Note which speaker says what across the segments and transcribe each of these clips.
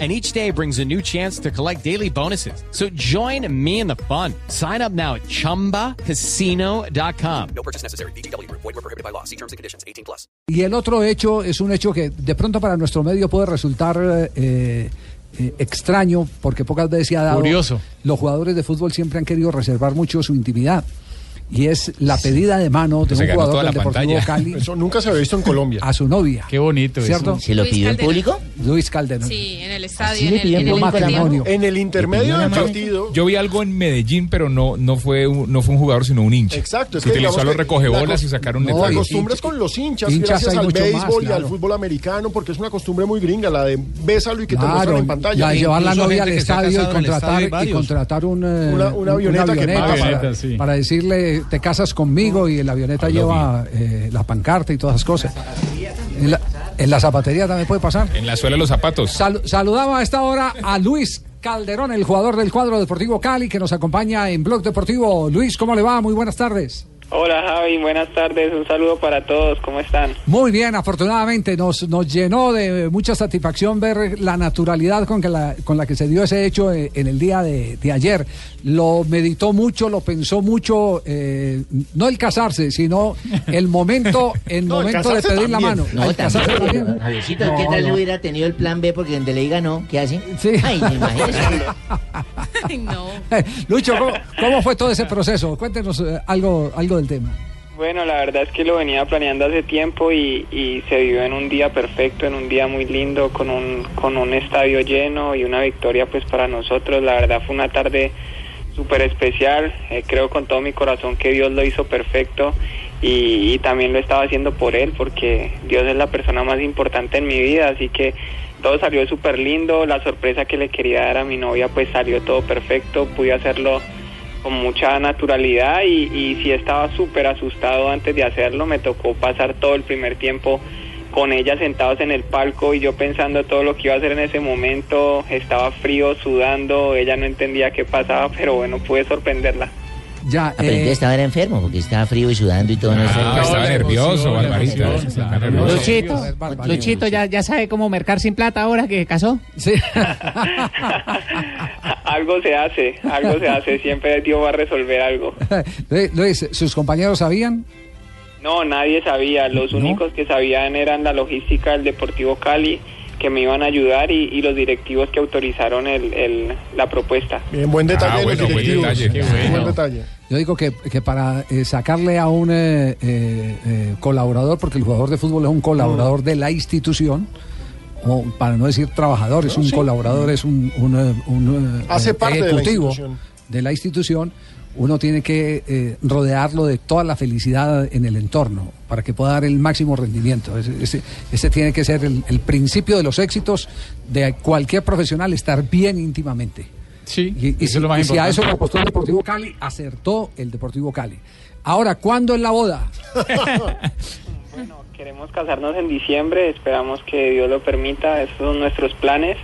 Speaker 1: and each day brings a new chance to collect daily bonuses. So join me in the fun. Sign up now at ChumbaCasino.com.
Speaker 2: No purchase necessary. BGW. Void were prohibited by law. See terms and conditions. 18 plus.
Speaker 3: Y el otro hecho es un hecho que de pronto para nuestro medio puede resultar eh, eh, extraño, porque pocas veces se ha dado.
Speaker 4: Curioso.
Speaker 3: Los jugadores de fútbol siempre han querido reservar mucho su intimidad. Y es la pedida de mano de
Speaker 4: Se
Speaker 3: un
Speaker 4: ganó toda
Speaker 3: jugador
Speaker 4: la
Speaker 3: del Deportivo
Speaker 4: pantalla.
Speaker 3: Cali
Speaker 5: Eso nunca se había visto en Colombia.
Speaker 3: a su novia,
Speaker 4: Qué bonito eso.
Speaker 3: ¿cierto?
Speaker 6: ¿Se lo
Speaker 7: Luis
Speaker 6: pidió en
Speaker 7: Calderón.
Speaker 6: público?
Speaker 3: Luis Calderón.
Speaker 7: Sí, en el estadio,
Speaker 6: Así
Speaker 7: en
Speaker 6: le
Speaker 7: el,
Speaker 6: piden
Speaker 7: en el
Speaker 3: Un
Speaker 6: público
Speaker 7: estadio.
Speaker 3: matrimonio.
Speaker 5: En el intermedio del partido.
Speaker 4: Yo vi algo en Medellín, pero no, no, fue, un, no fue un jugador, sino un hincha.
Speaker 5: Exacto, es
Speaker 4: Se
Speaker 5: que
Speaker 4: utilizó a
Speaker 5: digamos
Speaker 4: los
Speaker 5: que la
Speaker 4: recogebolas
Speaker 5: cos-
Speaker 4: y sacaron
Speaker 3: no,
Speaker 4: el
Speaker 3: la
Speaker 5: La
Speaker 4: traje.
Speaker 3: costumbre
Speaker 5: costumbre es con los hinchas,
Speaker 3: Hinchas
Speaker 5: gracias
Speaker 3: hay
Speaker 5: al
Speaker 3: mucho más,
Speaker 5: béisbol y
Speaker 3: claro.
Speaker 5: al fútbol americano, porque es una costumbre muy gringa, la de bésalo y que te muestran
Speaker 3: Claro,
Speaker 5: en
Speaker 3: la
Speaker 5: pantalla.
Speaker 3: de llevar la
Speaker 8: Incluso
Speaker 3: novia al
Speaker 8: gente que se ha
Speaker 3: estadio y
Speaker 8: casado en el
Speaker 3: contratar,
Speaker 8: estadio hay
Speaker 3: y
Speaker 8: varios.
Speaker 3: contratar un, eh,
Speaker 5: Una- una avioneta que
Speaker 3: avioneta
Speaker 5: paga.
Speaker 3: para,
Speaker 4: Avioneta, sí.
Speaker 3: para decirle te casas conmigo y la avioneta lleva eh, la pancarta y todas esas cosas. En la, en la zapatería también puede pasar.
Speaker 4: En la suela de los zapatos. Ah,
Speaker 3: Sal- saludamos a esta hora a Luis Calderón, el jugador del cuadro Deportivo Cali, que nos acompaña en Blog Deportivo. Luis, ¿cómo le va? Muy buenas tardes.
Speaker 9: Hola Javi, buenas tardes, un saludo para todos, ¿cómo están?
Speaker 3: Muy bien, afortunadamente nos, nos llenó de mucha satisfacción ver la naturalidad con, que la, con la que se dio ese hecho eh, en el día de, de ayer. Lo meditó mucho, lo pensó mucho, eh, no el casarse, sino el momento, el
Speaker 5: No, el
Speaker 3: momento de
Speaker 5: casarse
Speaker 3: pedir la
Speaker 5: también.
Speaker 3: mano.
Speaker 6: No,
Speaker 3: El casarse
Speaker 6: también.
Speaker 3: también.
Speaker 6: Javiercito,
Speaker 3: No,
Speaker 6: ¿qué tal
Speaker 3: no.
Speaker 6: hubiera tenido el plan B? Porque donde le diga no, ¿qué hace?
Speaker 3: Sí.
Speaker 6: Ay, me imagino.
Speaker 7: Ay, no.
Speaker 3: Eh, Lucho, ¿cómo, cómo fue todo ese proceso? Cuéntenos eh, algo, algo del tema.
Speaker 9: Bueno, la verdad es que lo venía planeando hace tiempo y, y se vivió en un día perfecto, en un día muy lindo, con un, con un estadio lleno y una victoria pues para nosotros. La verdad fue una tarde súper especial, eh, creo con todo mi corazón que Dios lo hizo perfecto y, y también lo estaba haciendo por Él porque Dios es la persona más importante en mi vida, así que todo salió súper lindo, la sorpresa que le quería dar a mi novia pues salió todo perfecto, pude hacerlo con mucha naturalidad y, y sí estaba súper asustado antes de hacerlo. Me tocó pasar todo el primer tiempo con ella sentados en el palco y yo pensando todo lo que iba a hacer en ese momento. Estaba frío, sudando, ella no entendía qué pasaba, pero bueno, pude sorprenderla.
Speaker 3: Ya,
Speaker 6: Ah, pero
Speaker 3: eh,
Speaker 6: entonces estaba era enfermo, porque estaba frío y sudando y todo. No, sé.
Speaker 4: Ah, estaba nervioso, Barbarita. Estaba nervioso.
Speaker 3: Luchito, Luchito,
Speaker 10: ya, ya sabe cómo mercar sin plata ahora que se casó.
Speaker 3: sí.
Speaker 9: algo se hace, algo se hace, siempre Dios va a resolver algo.
Speaker 3: Luis, ¿sus compañeros sabían?
Speaker 9: No, nadie sabía. Los
Speaker 3: ¿No?
Speaker 9: únicos que sabían eran la logística del Deportivo Cali, que me iban a ayudar, y, y los directivos que autorizaron el- el- la propuesta.
Speaker 5: Bien, buen detalle
Speaker 4: Ah,
Speaker 5: de los
Speaker 4: bueno, buen
Speaker 5: directivos.
Speaker 4: detalle, qué bueno.
Speaker 5: Buen detalle.
Speaker 3: Yo digo que, que para eh, sacarle a un eh, eh, eh, colaborador, porque el jugador de fútbol es un colaborador de la institución, o para no decir trabajador, es un colaborador, es un, un, eh, un, eh,
Speaker 5: Hace
Speaker 3: eh,
Speaker 5: parte de la
Speaker 3: ejecutivo
Speaker 5: institución.
Speaker 3: de la institución, uno tiene que eh, rodearlo de toda la felicidad en el entorno para que pueda dar el máximo rendimiento. Ese, ese- ese tiene que ser el, el principio de los éxitos de cualquier profesional, estar bien íntimamente.
Speaker 4: Sí,
Speaker 3: Y, y
Speaker 4: eso
Speaker 3: si,
Speaker 4: es lo más
Speaker 3: y si a
Speaker 4: importante.
Speaker 3: eso le apostó el Deportivo Cali, acertó el Deportivo Cali. Ahora, ¿cuándo es la boda?
Speaker 9: Bueno, queremos casarnos en diciembre, esperamos que Dios lo permita, esos son nuestros planes.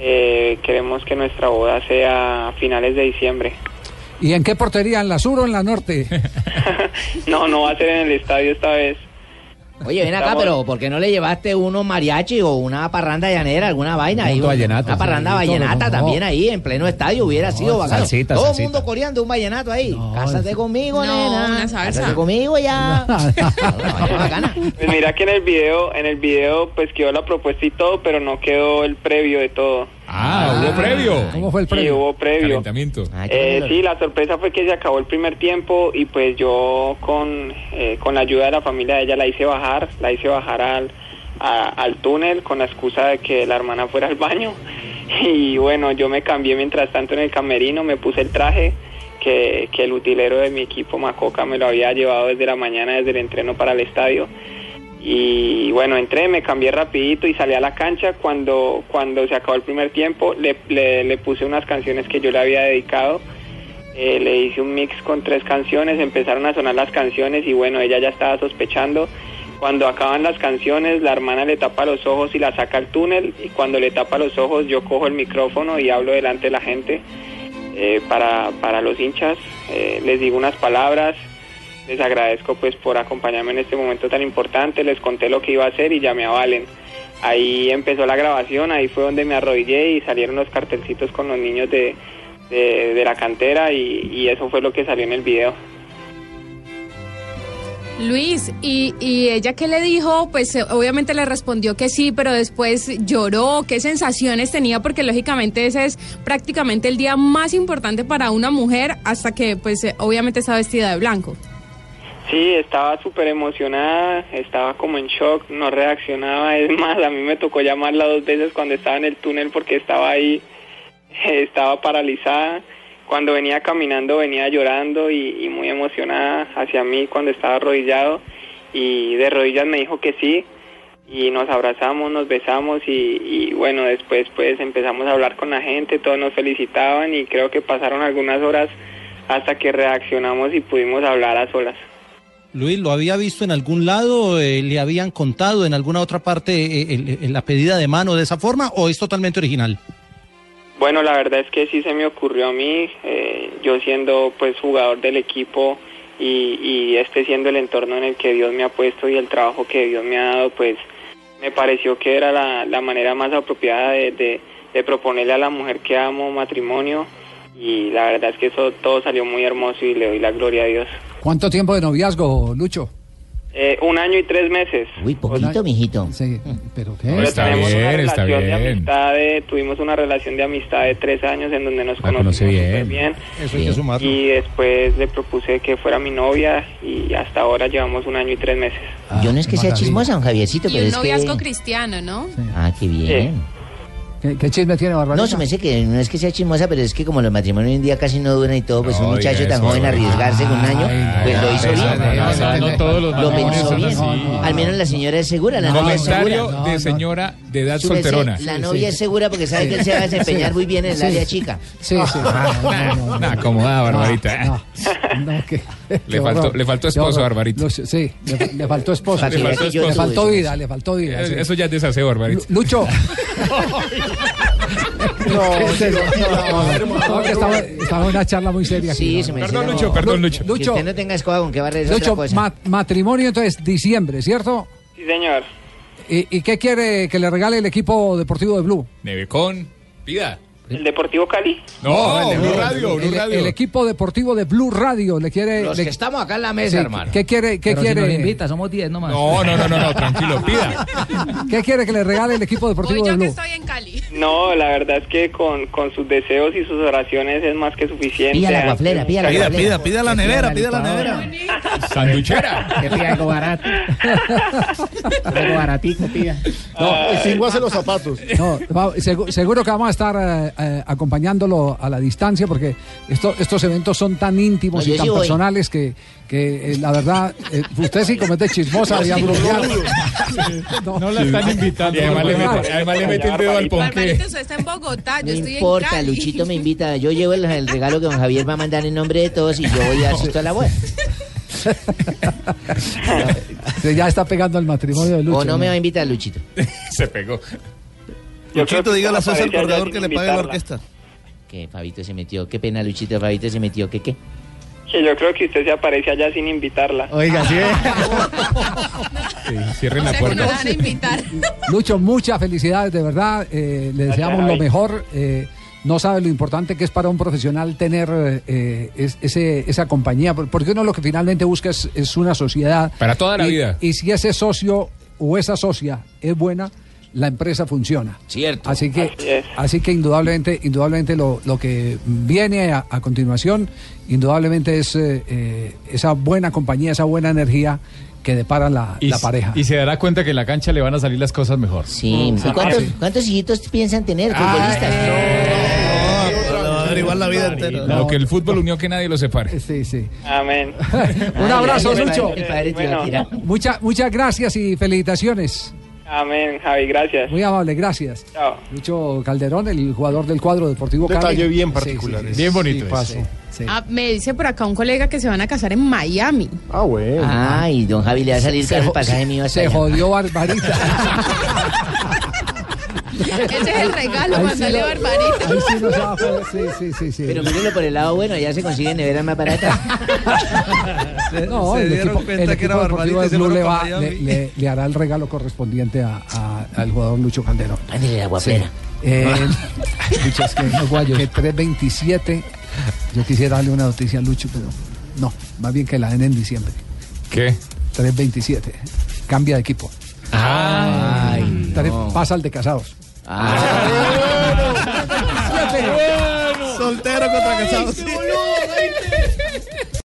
Speaker 9: Eh, queremos que nuestra boda sea a finales de diciembre.
Speaker 3: ¿Y en qué portería? ¿En la sur o en la norte?
Speaker 9: no, no va a ser en el estadio esta vez.
Speaker 6: Oye, ven acá,
Speaker 9: Estamos-
Speaker 6: pero ¿por qué no le llevaste uno mariachi o una parranda llanera, alguna vaina? ahí,
Speaker 8: punto vallenato,
Speaker 6: una parranda
Speaker 3: sí,
Speaker 6: vallenata
Speaker 3: no, no.
Speaker 6: también ahí, en pleno estadio, hubiera sido bacano.
Speaker 8: salsita,
Speaker 6: Todo el
Speaker 8: salsita.
Speaker 6: mundo coreando un vallenato ahí. Cásate conmigo,
Speaker 7: No,
Speaker 6: nena.
Speaker 7: una salsa.
Speaker 6: Cásate conmigo ya. Una vaina bacana.
Speaker 9: Pues mira que en el video, en el video pues quedó la propuesta y todo, pero no quedó el previo de todo.
Speaker 4: Ah, hubo previo.
Speaker 3: ¿Cómo fue el
Speaker 9: Sí,
Speaker 3: premio?
Speaker 9: hubo previo.
Speaker 4: Calentamiento.
Speaker 6: Ay, qué
Speaker 9: Eh,
Speaker 6: lindo.
Speaker 9: sí, la sorpresa fue que se acabó el primer tiempo y pues yo con, eh, con la ayuda de la familia de ella la hice bajar, la hice bajar al, a- al túnel con la excusa de que la hermana fuera al baño y bueno, yo me cambié mientras tanto en el camerino, me puse el traje que, que el utilero de mi equipo Macoca me lo había llevado desde la mañana, desde el entreno para el estadio y bueno, entré, me cambié rapidito y salí a la cancha. Cuando, cuando se acabó el primer tiempo, le, le- le puse unas canciones que yo le había dedicado. Eh, le hice un mix con tres canciones, empezaron a sonar las canciones y bueno, ella ya estaba sospechando. Cuando acaban las canciones, la hermana le tapa los ojos y la saca al túnel. Y cuando le tapa los ojos, yo cojo el micrófono y hablo delante de la gente eh, para, para los hinchas. Eh, les digo unas palabras. Les agradezco pues por acompañarme en este momento tan importante. Les conté lo que iba a hacer y ya me avalen. Ahí empezó la grabación, ahí fue donde me arrodillé y salieron los cartelcitos con los niños de, de, de la cantera y- y eso fue lo que salió en el video.
Speaker 7: Luis, ¿y, ¿y ella qué le dijo? Pues eh, obviamente le respondió que sí, pero después lloró. ¿Qué sensaciones tenía? Porque lógicamente ese es prácticamente el día más importante para una mujer hasta que pues eh, obviamente está vestida de blanco.
Speaker 9: Sí, estaba súper emocionada, estaba como en shock, no reaccionaba. Es más, a mí me tocó llamarla dos veces cuando estaba en el túnel porque estaba ahí, estaba paralizada. Cuando venía caminando venía llorando y, y muy emocionada hacia mí cuando estaba arrodillado y de rodillas me dijo que sí y nos abrazamos, nos besamos y, y bueno, después pues empezamos a hablar con la gente, todos nos felicitaban y creo que pasaron algunas horas hasta que reaccionamos y pudimos hablar a solas.
Speaker 8: Luis, ¿lo había visto en algún lado? Eh, ¿Le habían contado en alguna otra parte eh, el- el- la pedida de mano de esa forma o es totalmente original?
Speaker 9: Bueno, la verdad es que sí se me ocurrió a mí, eh, yo siendo pues jugador del equipo y, y este siendo el entorno en el que Dios me ha puesto y el trabajo que Dios me ha dado, pues me pareció que era la, la manera más apropiada de, de- de proponerle a la mujer que amo matrimonio y la verdad es que eso todo salió muy hermoso y le doy la gloria a Dios.
Speaker 3: ¿Cuánto tiempo de noviazgo, Lucho?
Speaker 9: Eh, un año y tres meses.
Speaker 6: Uy, poquito, mijito.
Speaker 3: Sí, pero
Speaker 4: No,
Speaker 3: qué.
Speaker 9: Pero
Speaker 4: está
Speaker 9: tenemos
Speaker 4: bien,
Speaker 9: una
Speaker 4: está
Speaker 9: relación de
Speaker 4: bien.
Speaker 9: amistad de- tuvimos una relación de amistad de tres años en donde nos
Speaker 4: La
Speaker 9: conocimos
Speaker 4: conoce bien.
Speaker 9: súper bien.
Speaker 8: Eso hay que sumarlo.
Speaker 9: Y después le propuse que fuera mi novia y hasta ahora llevamos un año y tres meses.
Speaker 6: Yo no es que
Speaker 4: Ah,
Speaker 6: sea
Speaker 3: Maravilla.
Speaker 6: chismosa, don Javiercito,
Speaker 7: Y
Speaker 6: pero
Speaker 7: un
Speaker 6: es
Speaker 7: noviazgo
Speaker 6: que...
Speaker 7: cristiano, ¿no?
Speaker 6: Ah, qué bien.
Speaker 3: ¿Qué, qué chisme tiene Barbarita?
Speaker 6: No, se me dice que no es que sea chismosa, pero es que como los matrimonios hoy en día casi no duran y todo, pues
Speaker 4: No,
Speaker 6: un muchacho
Speaker 4: diga
Speaker 6: tan
Speaker 4: eso,
Speaker 6: joven
Speaker 4: Luis.
Speaker 6: arriesgarse con un año,
Speaker 3: Ay,
Speaker 6: pues lo hizo
Speaker 4: no,
Speaker 6: bien.
Speaker 4: no, no, no, no todos los
Speaker 6: Lo
Speaker 4: matrimonios
Speaker 6: pensó
Speaker 4: son
Speaker 6: bien.
Speaker 4: así.
Speaker 6: Al menos la señora es segura, la novia es segura.
Speaker 4: Comentario
Speaker 3: no, no.
Speaker 4: de señora de edad
Speaker 6: Su merced,
Speaker 4: solterona.
Speaker 6: La novia es segura porque sabe que él se va a desempeñar muy bien en el
Speaker 3: Sí.
Speaker 6: área chica.
Speaker 3: Sí, sí. Ah, No, no, no, no,
Speaker 4: Nah, acomodada, Barbarita.
Speaker 3: No, no, no, qué- qué
Speaker 4: faltó-
Speaker 3: horror.
Speaker 4: le faltó esposo,
Speaker 3: Qué horror.
Speaker 4: Barbarita.
Speaker 3: Lo- sí, le, le faltó esposo.
Speaker 6: Para
Speaker 4: que vea que yo
Speaker 3: le
Speaker 4: tuve
Speaker 3: faltó
Speaker 6: esposo.
Speaker 3: vida, le faltó vida. sí.
Speaker 4: Eh, Eso ya es desaseo,
Speaker 3: Lu-
Speaker 4: Barbarita.
Speaker 3: Lucho.
Speaker 5: No,
Speaker 3: ¿Qué es eso?
Speaker 5: no,
Speaker 3: No, no,
Speaker 5: hermano.
Speaker 3: no, que estamos estamos en una charla muy seria. aquí,
Speaker 6: Sí,
Speaker 3: no,
Speaker 6: se
Speaker 3: no.
Speaker 6: me
Speaker 4: Perdón,
Speaker 6: dice,
Speaker 4: Lucho,
Speaker 6: no.
Speaker 4: perdón, Lucho.
Speaker 6: Que
Speaker 3: Lucho,
Speaker 6: usted no tenga escoba con qué barrer es otra
Speaker 3: Lucho,
Speaker 6: cosa.
Speaker 3: ma- matrimonio entonces diciembre, ¿cierto?
Speaker 9: Sí, señor.
Speaker 3: ¿Y, y qué quiere que le regale el equipo deportivo de Blue?
Speaker 4: Nevecón, pida.
Speaker 9: ¿El Deportivo Cali?
Speaker 4: No, Blue Radio,
Speaker 3: el,
Speaker 4: Blue Radio.
Speaker 3: el equipo deportivo de Blue Radio le quiere.
Speaker 8: Los
Speaker 3: le-
Speaker 8: que estamos acá en la
Speaker 3: sí,
Speaker 8: mesa, hermano.
Speaker 3: ¿Qué quiere? ¿Qué
Speaker 11: Pero si
Speaker 3: quiere?
Speaker 11: nos invita, somos 10 nomás.
Speaker 4: No, no, no, no, no, tranquilo, pida.
Speaker 3: ¿Qué quiere que le regale el equipo
Speaker 7: Hoy
Speaker 3: deportivo de
Speaker 7: yo que
Speaker 3: Blue?
Speaker 7: estoy en Cali.
Speaker 9: No, la verdad es que con, con sus deseos y sus oraciones es más que suficiente.
Speaker 6: Pilla la guaflera, pilla la
Speaker 8: Pida,
Speaker 6: guaflera.
Speaker 8: pida, pida la nevera, pida la nevera.
Speaker 4: Sanduchera.
Speaker 10: Que pida algo barato. algo baratico, pida.
Speaker 5: El cingo hace los zapatos.
Speaker 3: No, va- segu- seguro, que vamos a estar eh, eh, acompañándolo a la distancia porque esto- estos eventos son tan íntimos
Speaker 6: No, yo
Speaker 3: y tan
Speaker 6: sí voy.
Speaker 3: personales que, que, eh, la verdad, eh, usted sí comete chismosa y abruciar.
Speaker 4: No la están invitando. Y además le mete, además le mete el dedo al
Speaker 7: Barbarita,
Speaker 4: ponque.
Speaker 7: usted está en Bogotá,
Speaker 6: No
Speaker 7: yo estoy en
Speaker 6: importa,
Speaker 7: Cali.
Speaker 6: Luchito me invita. Yo llevo el, el regalo que don Javier va a mandar en nombre de todos y yo voy a dar susto a la abuela.
Speaker 3: Ya está pegando al matrimonio de Lucho.
Speaker 6: O no me
Speaker 3: ¿no?
Speaker 6: va a invitar Luchito.
Speaker 4: Se pegó.
Speaker 9: Yo creo
Speaker 8: Luchito,
Speaker 9: que
Speaker 8: dígale a Sosa el
Speaker 9: parece allá
Speaker 8: corredor
Speaker 9: sin
Speaker 8: que le pague la
Speaker 9: invitarla.
Speaker 8: orquesta.
Speaker 6: Que Fabito se metió. Qué pena, Luchito. Fabito se metió. ¿Qué qué?
Speaker 9: Que yo creo que usted se aparece allá sin invitarla.
Speaker 8: Oiga, sí.
Speaker 4: Sí, cierren
Speaker 7: O
Speaker 4: la
Speaker 7: sea, que no
Speaker 4: puerta.
Speaker 7: la van a invitar.
Speaker 3: Lucho, muchas felicidades, de verdad. eh, le deseamos lo
Speaker 9: Javi.
Speaker 3: mejor. eh, no sabe lo importante que es para un profesional tener eh, es- ese- esa compañía, por- porque uno lo que finalmente busca es, es una sociedad.
Speaker 4: Para toda la
Speaker 3: Y-
Speaker 4: vida.
Speaker 3: Y si ese socio o esa socia es buena, la empresa funciona.
Speaker 8: Cierto.
Speaker 3: Así que,
Speaker 9: Así es.
Speaker 3: así que indudablemente, indudablemente lo, lo que viene a, a continuación, indudablemente es eh, eh, esa buena compañía, esa buena energía que depara la, la pareja.
Speaker 11: se dará cuenta que en la cancha le van a salir las cosas mejor.
Speaker 6: Sí. ¿Y cuántos, cuántos hijitos piensan tener, futbolistas?
Speaker 8: Igual la vida entera.
Speaker 4: Lo que el fútbol unió que nadie lo separe.
Speaker 3: Sí, sí.
Speaker 9: Amén.
Speaker 3: Un abrazo,
Speaker 6: Ay, el padre-
Speaker 3: Lucho.
Speaker 6: El padre te iba a
Speaker 9: Bueno.
Speaker 6: tirar.
Speaker 3: Mucha- muchas gracias y felicitaciones.
Speaker 9: Amén, Javi, gracias.
Speaker 3: Muy amable, gracias.
Speaker 9: Chao.
Speaker 3: Lucho Calderón, el jugador del cuadro deportivo
Speaker 5: Detalle
Speaker 3: Cali.
Speaker 5: bien
Speaker 3: Sí,
Speaker 5: particular,
Speaker 3: sí,
Speaker 5: es-
Speaker 3: sí,
Speaker 5: bien bonito
Speaker 3: sí,
Speaker 5: es.
Speaker 3: sí, sí.
Speaker 7: Ah, me dice por acá un colega que se van a casar en Miami.
Speaker 5: Ah, bueno.
Speaker 6: Ay, don Javi, le va a salir
Speaker 3: Se
Speaker 6: caro el
Speaker 3: jo-
Speaker 6: pasaje mío hasta
Speaker 3: Se
Speaker 6: allá.
Speaker 3: jodió Barbarita.
Speaker 7: Ese es el regalo,
Speaker 3: Ahí sí
Speaker 7: mandale
Speaker 3: lo-
Speaker 7: barbarita.
Speaker 3: ahí sí nos va a joder, sí, sí, sí, sí.
Speaker 6: Pero mírenlo por el lado bueno, ya se consiguen neveras más baratas.
Speaker 3: Eh, No,
Speaker 6: se
Speaker 3: el
Speaker 6: dieron
Speaker 3: equipo,
Speaker 6: cuenta
Speaker 3: el
Speaker 6: que era
Speaker 3: equipo deportivo
Speaker 6: Barbarita y
Speaker 3: de
Speaker 6: se
Speaker 3: Blue
Speaker 6: fueron
Speaker 3: le, va-
Speaker 6: para
Speaker 3: le,
Speaker 6: Miami.
Speaker 3: le- le hará el regalo correspondiente a- a- al jugador Lucho Calderón.
Speaker 6: Ándale, la guapera.
Speaker 3: Eh, escucha, es que, que 327. Yo quisiera darle una noticia a Lucho, pero no, más bien que la den en diciembre.
Speaker 11: ¿Qué?
Speaker 3: 327. Cambia de equipo.
Speaker 6: Ay,
Speaker 3: Tres- Pasa al de casados.
Speaker 6: Ah.
Speaker 3: Siete.
Speaker 12: Soltero contra casados.